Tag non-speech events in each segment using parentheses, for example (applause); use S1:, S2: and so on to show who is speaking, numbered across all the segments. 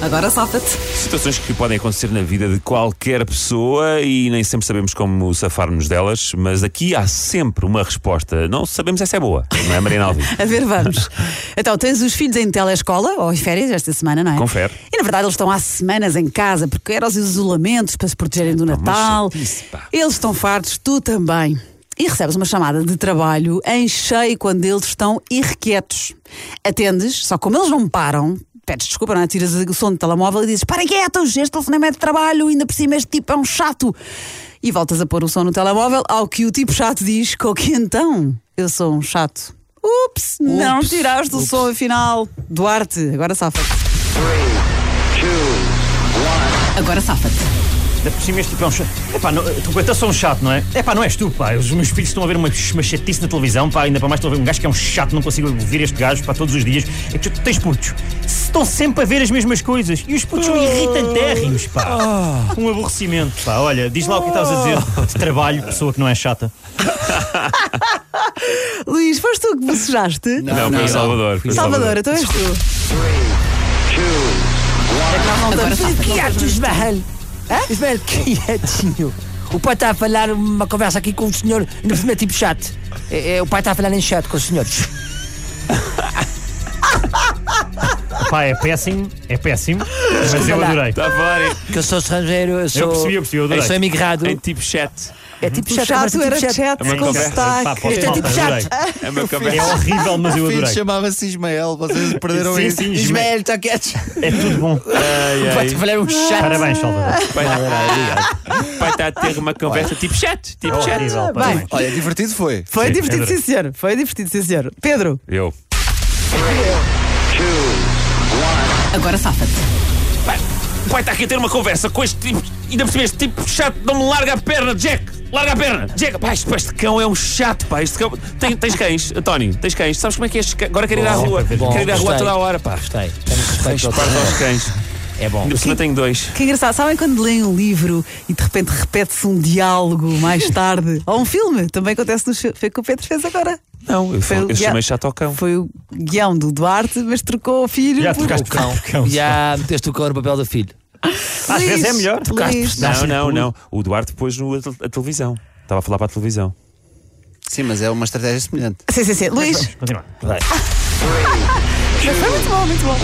S1: Agora safa-te.
S2: Situações que podem acontecer na vida de qualquer pessoa e nem sempre sabemos como safar-nos delas, mas aqui há sempre uma resposta. Não sabemos essa é boa, não é, Marina Alves?
S1: (laughs) A ver, vamos. Então, tens os filhos em telescola ou em férias esta semana, não é?
S2: Confere.
S1: E na verdade eles estão há semanas em casa porque eram os isolamentos para se protegerem do
S2: Pá, uma
S1: Natal.
S2: chatice, pá.
S1: Eles estão fartos, tu também. E recebes uma chamada de trabalho em cheio quando eles estão irrequietos. Atendes, só como eles não param, pedes desculpa, não é? Tiras o som do telemóvel e dizes: Para quietos, este telefonema é de trabalho, ainda por cima este tipo é um chato. E voltas a pôr o som no telemóvel, ao que o tipo chato diz: Com que então? Eu sou um chato. Ups, não
S2: Ups,
S1: tiraste o
S2: ups.
S1: som afinal. Duarte, agora safa-te. Agora safa-te.
S3: Ainda por cima este tipo é um chato. Epá, não, tu aguentas só um chato, não é? Epá, não és tu, pá. Os meus filhos estão a ver uma, uma chatice na televisão, pá. Ainda para mais estão a ver um gajo que é um chato, não consigo ouvir este gajo, pá, todos os dias. É que tu tens putos. Se Estão sempre a ver as mesmas coisas. E os putos são irritantérrimos, pá. Um aborrecimento, pá. Olha, diz lá o que estavas a dizer. De trabalho, pessoa que não é chata.
S1: Luís, foste tu que bocejaste?
S2: Não, foi o Salvador. foi o
S1: Salvador, então és tu.
S4: Agora quietos, velho. Velho, quietinho. O pai está a falar uma conversa aqui com o senhor, ainda por cima é tipo chato. É, é, o pai está a falar em chato com os senhores.
S3: Pá, é péssimo, é péssimo. Mas eu
S4: lá.
S3: adorei.
S2: Está a falar em-
S4: (laughs) Que eu sou estrangeiro, eu sou.
S3: percebi, eu percebi, eu adorei.
S4: sou imigrado.
S2: em tipo chat.
S4: É tipo
S1: O
S4: chato, mas
S1: chato
S4: é
S1: era
S4: tipo chato.
S1: chat
S2: É uma
S1: com
S2: conversa.
S3: Pá,
S1: sotaque.
S3: posso
S4: Este é tipo
S3: falar, adorei.
S4: chato.
S2: É uma
S3: É
S2: conversa.
S3: horrível, mas eu
S5: filho
S3: adorei.
S5: chamava-se Ismael, (laughs) vocês perderam
S3: Sim,
S5: isso.
S3: sim, Ismael.
S5: Ismael,
S4: tá
S5: está quieto.
S3: É tudo bom.
S4: Vai te falar um chato.
S3: Parabéns, Salvador.
S2: Vai vai estar tá a ter uma conversa tipo chat.
S3: É
S2: Tipo chat.
S3: horrível,
S1: Bem,
S3: parabéns.
S5: Olha, divertido foi.
S1: Foi
S2: Sim,
S1: divertido,
S2: é
S1: sim, senhor. Foi divertido, sim, senhor. Pedro.
S2: Eu.
S1: Agora safa-te.
S2: Vai, vai estar aqui a ter uma conversa com este tipo. Ainda por cima, este tipo chato, não me larga a perna, Jack! Larga a perna! Jack! Pá, este, pá, este cão é um chato, pá. Este cão. Tem- tens cães, António, tens cães. Sabes como é que é este cão? Agora quero ir à
S4: Bom,
S2: rua.
S4: bom,
S2: quero ir à rua
S4: gostei.
S2: toda a hora, pá.
S4: Gostei. Temos um respeito ao
S2: Parto aos cães.
S4: É bom.
S2: Ainda por cima tenho dois.
S1: Que engraçado. Sabem quando leem um livro e de repente repete-se um diálogo mais (laughs) tarde? Ou um filme? Também acontece nos filmes. Foi o que o Pedro fez agora.
S2: Não, eu,
S1: Foi
S2: eu
S1: o guia-
S2: chamei chato ao cão.
S1: Foi o guião do Duarte, mas trocou o filho.
S3: Já
S1: por-
S3: trocaste por (laughs)
S4: Cão.
S3: cão.
S4: Já meteste o cão no papel do filho.
S2: Ah,
S3: Às
S1: Luís,
S3: vezes é melhor.
S1: Luís.
S2: Não, não, não. O Duarte pôs no, a, tel- a televisão. Estava a falar para a televisão.
S5: Sim, mas é uma estratégia semelhante.
S1: Sim, sim, sim. Luís,
S3: Continua.
S1: mas foi muito bom, muito bom.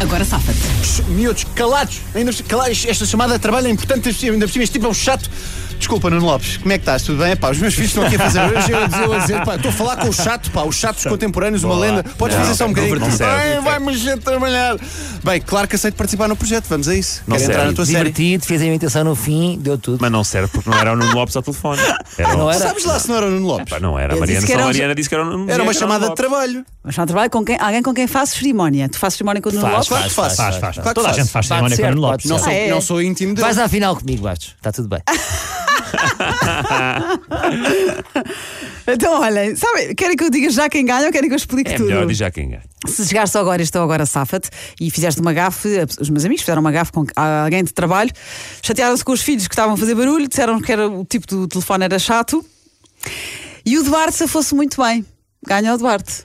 S1: Agora safa-te.
S5: Miúdos, calados, ainda por cima- calados, esta chamada de trabalho é importante, ainda por cima este tipo é um chato. Desculpa, Nuno Lopes, como é que estás? Tudo bem? Pá, os meus filhos estão aqui a fazer hoje, eu dizer- eu a dizer, pá, estou a falar com o chato, pá, os chatos contemporâneos, uma
S2: Boa.
S5: lenda. Podes
S2: Não,
S5: fazer só um bocadinho?
S2: não serve.
S5: Bem, vai-me gente trabalhar. Bem, claro que aceito participar no projeto, vamos a isso.
S2: Não
S5: Quero
S2: serve.
S5: entrar na tua série.
S4: Divertido, fez a imitação no fim, deu tudo.
S2: Mas não serve porque não era o Nuno Lopes ao telefone. Era
S4: Não
S2: o-
S4: era?
S5: Sabes lá se não era o Nuno Lopes?
S2: Pá, não era. A
S1: Ah, é? Ele
S2: Mariana,
S1: disse que
S2: só a
S1: era um-
S2: Mariana disse que era o Nuno-
S5: Era uma chamada de
S2: Lopes.
S5: trabalho.
S1: Mas não trabalho com quem, alguém com quem faço cerimónia. Tu fazes cerimónia com o Nuno
S4: Faz,
S1: Lopes?
S5: Claro que
S3: Faz,
S5: faz.
S3: faz.
S5: Claro que
S3: Toda a gente faz
S4: Pode
S3: cerimónia
S4: ser,
S3: com o Nuno
S4: pode
S3: Lopes.
S4: ser.
S5: Não sou,
S1: Ah, é?
S5: não sou íntimo dele.
S4: Vais à final comigo, Bastos. Está tudo bem.
S1: Então, olhem, sabem, querem que eu diga já quem ganha ou querem que eu explique
S2: É
S1: tudo?
S2: melhor dizer já quem ganha.
S1: Se chegaste só agora, estou agora, safa-te, e fizeste uma gafe, os meus amigos fizeram uma gafe com alguém de trabalho, chatearam-se com os filhos que estavam a fazer barulho, disseram que era, o tipo do telefone era chato, e o Duarte se fosse muito bem. Ganha o Duarte.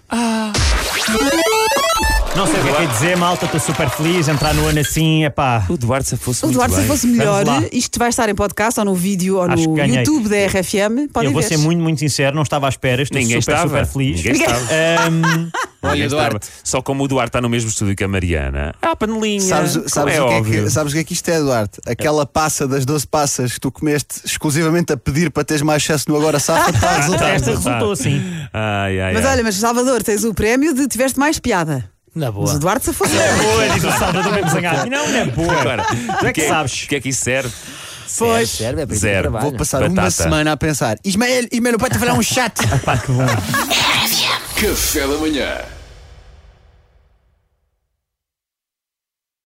S3: Não sei o que é que é dizer, malta, estou super feliz. Entrar no ano assim, é pá.
S2: O Duarte se fosse
S1: o
S2: muito
S1: Duarte se
S2: bem.
S1: fosse
S3: Vamos
S1: melhor,
S3: lá.
S1: isto vai estar em podcast, ou no vídeo, ou
S3: Acho que
S1: no
S3: ganhei.
S1: YouTube da RFM, podem
S3: Eu vou
S1: ver.
S3: ser muito, muito sincero, não estava à espera, estou
S2: Ninguém
S3: super,
S2: estava.
S3: super feliz.
S2: Ninguém estava.
S3: (laughs) Ahm,
S2: Olha,
S5: Duarte.
S2: Só como o Duarte está no mesmo estúdio que a Mariana. Ah, panelinha.
S5: Sabes,
S2: como
S5: sabes
S2: é
S5: o que é
S2: óbvio.
S5: que, sabes o que é que isto é, Duarte? Aquela passa das 12 passas que tu comeste exclusivamente a pedir para teres mais sucesso no
S2: (laughs)
S5: Agora Safa, está a resultar.
S3: esta resultou assim.
S2: Ai, ai,
S1: Mas
S2: ai.
S1: olha, mas Salvador, tens o prémio de tiveste mais piada.
S4: Na
S1: Mas o
S4: boa.
S1: Duarte se
S3: (laughs)
S1: fosse melhor.
S3: Boa, diz o
S2: (laughs)
S3: Salvador mesmo zangado. Não, não é boa.
S2: Agora,
S3: Tu é
S2: o
S3: que sabes.
S2: O que é que isso serve?
S4: Pois. Serve, é para isso que
S2: Zero.
S4: trabalha.
S5: Vou passar uma
S2: Batata.
S5: semana a pensar. Ismael, Ismael, o pai está a falar um chato.
S3: Pá, que bom.
S6: Café da manhã.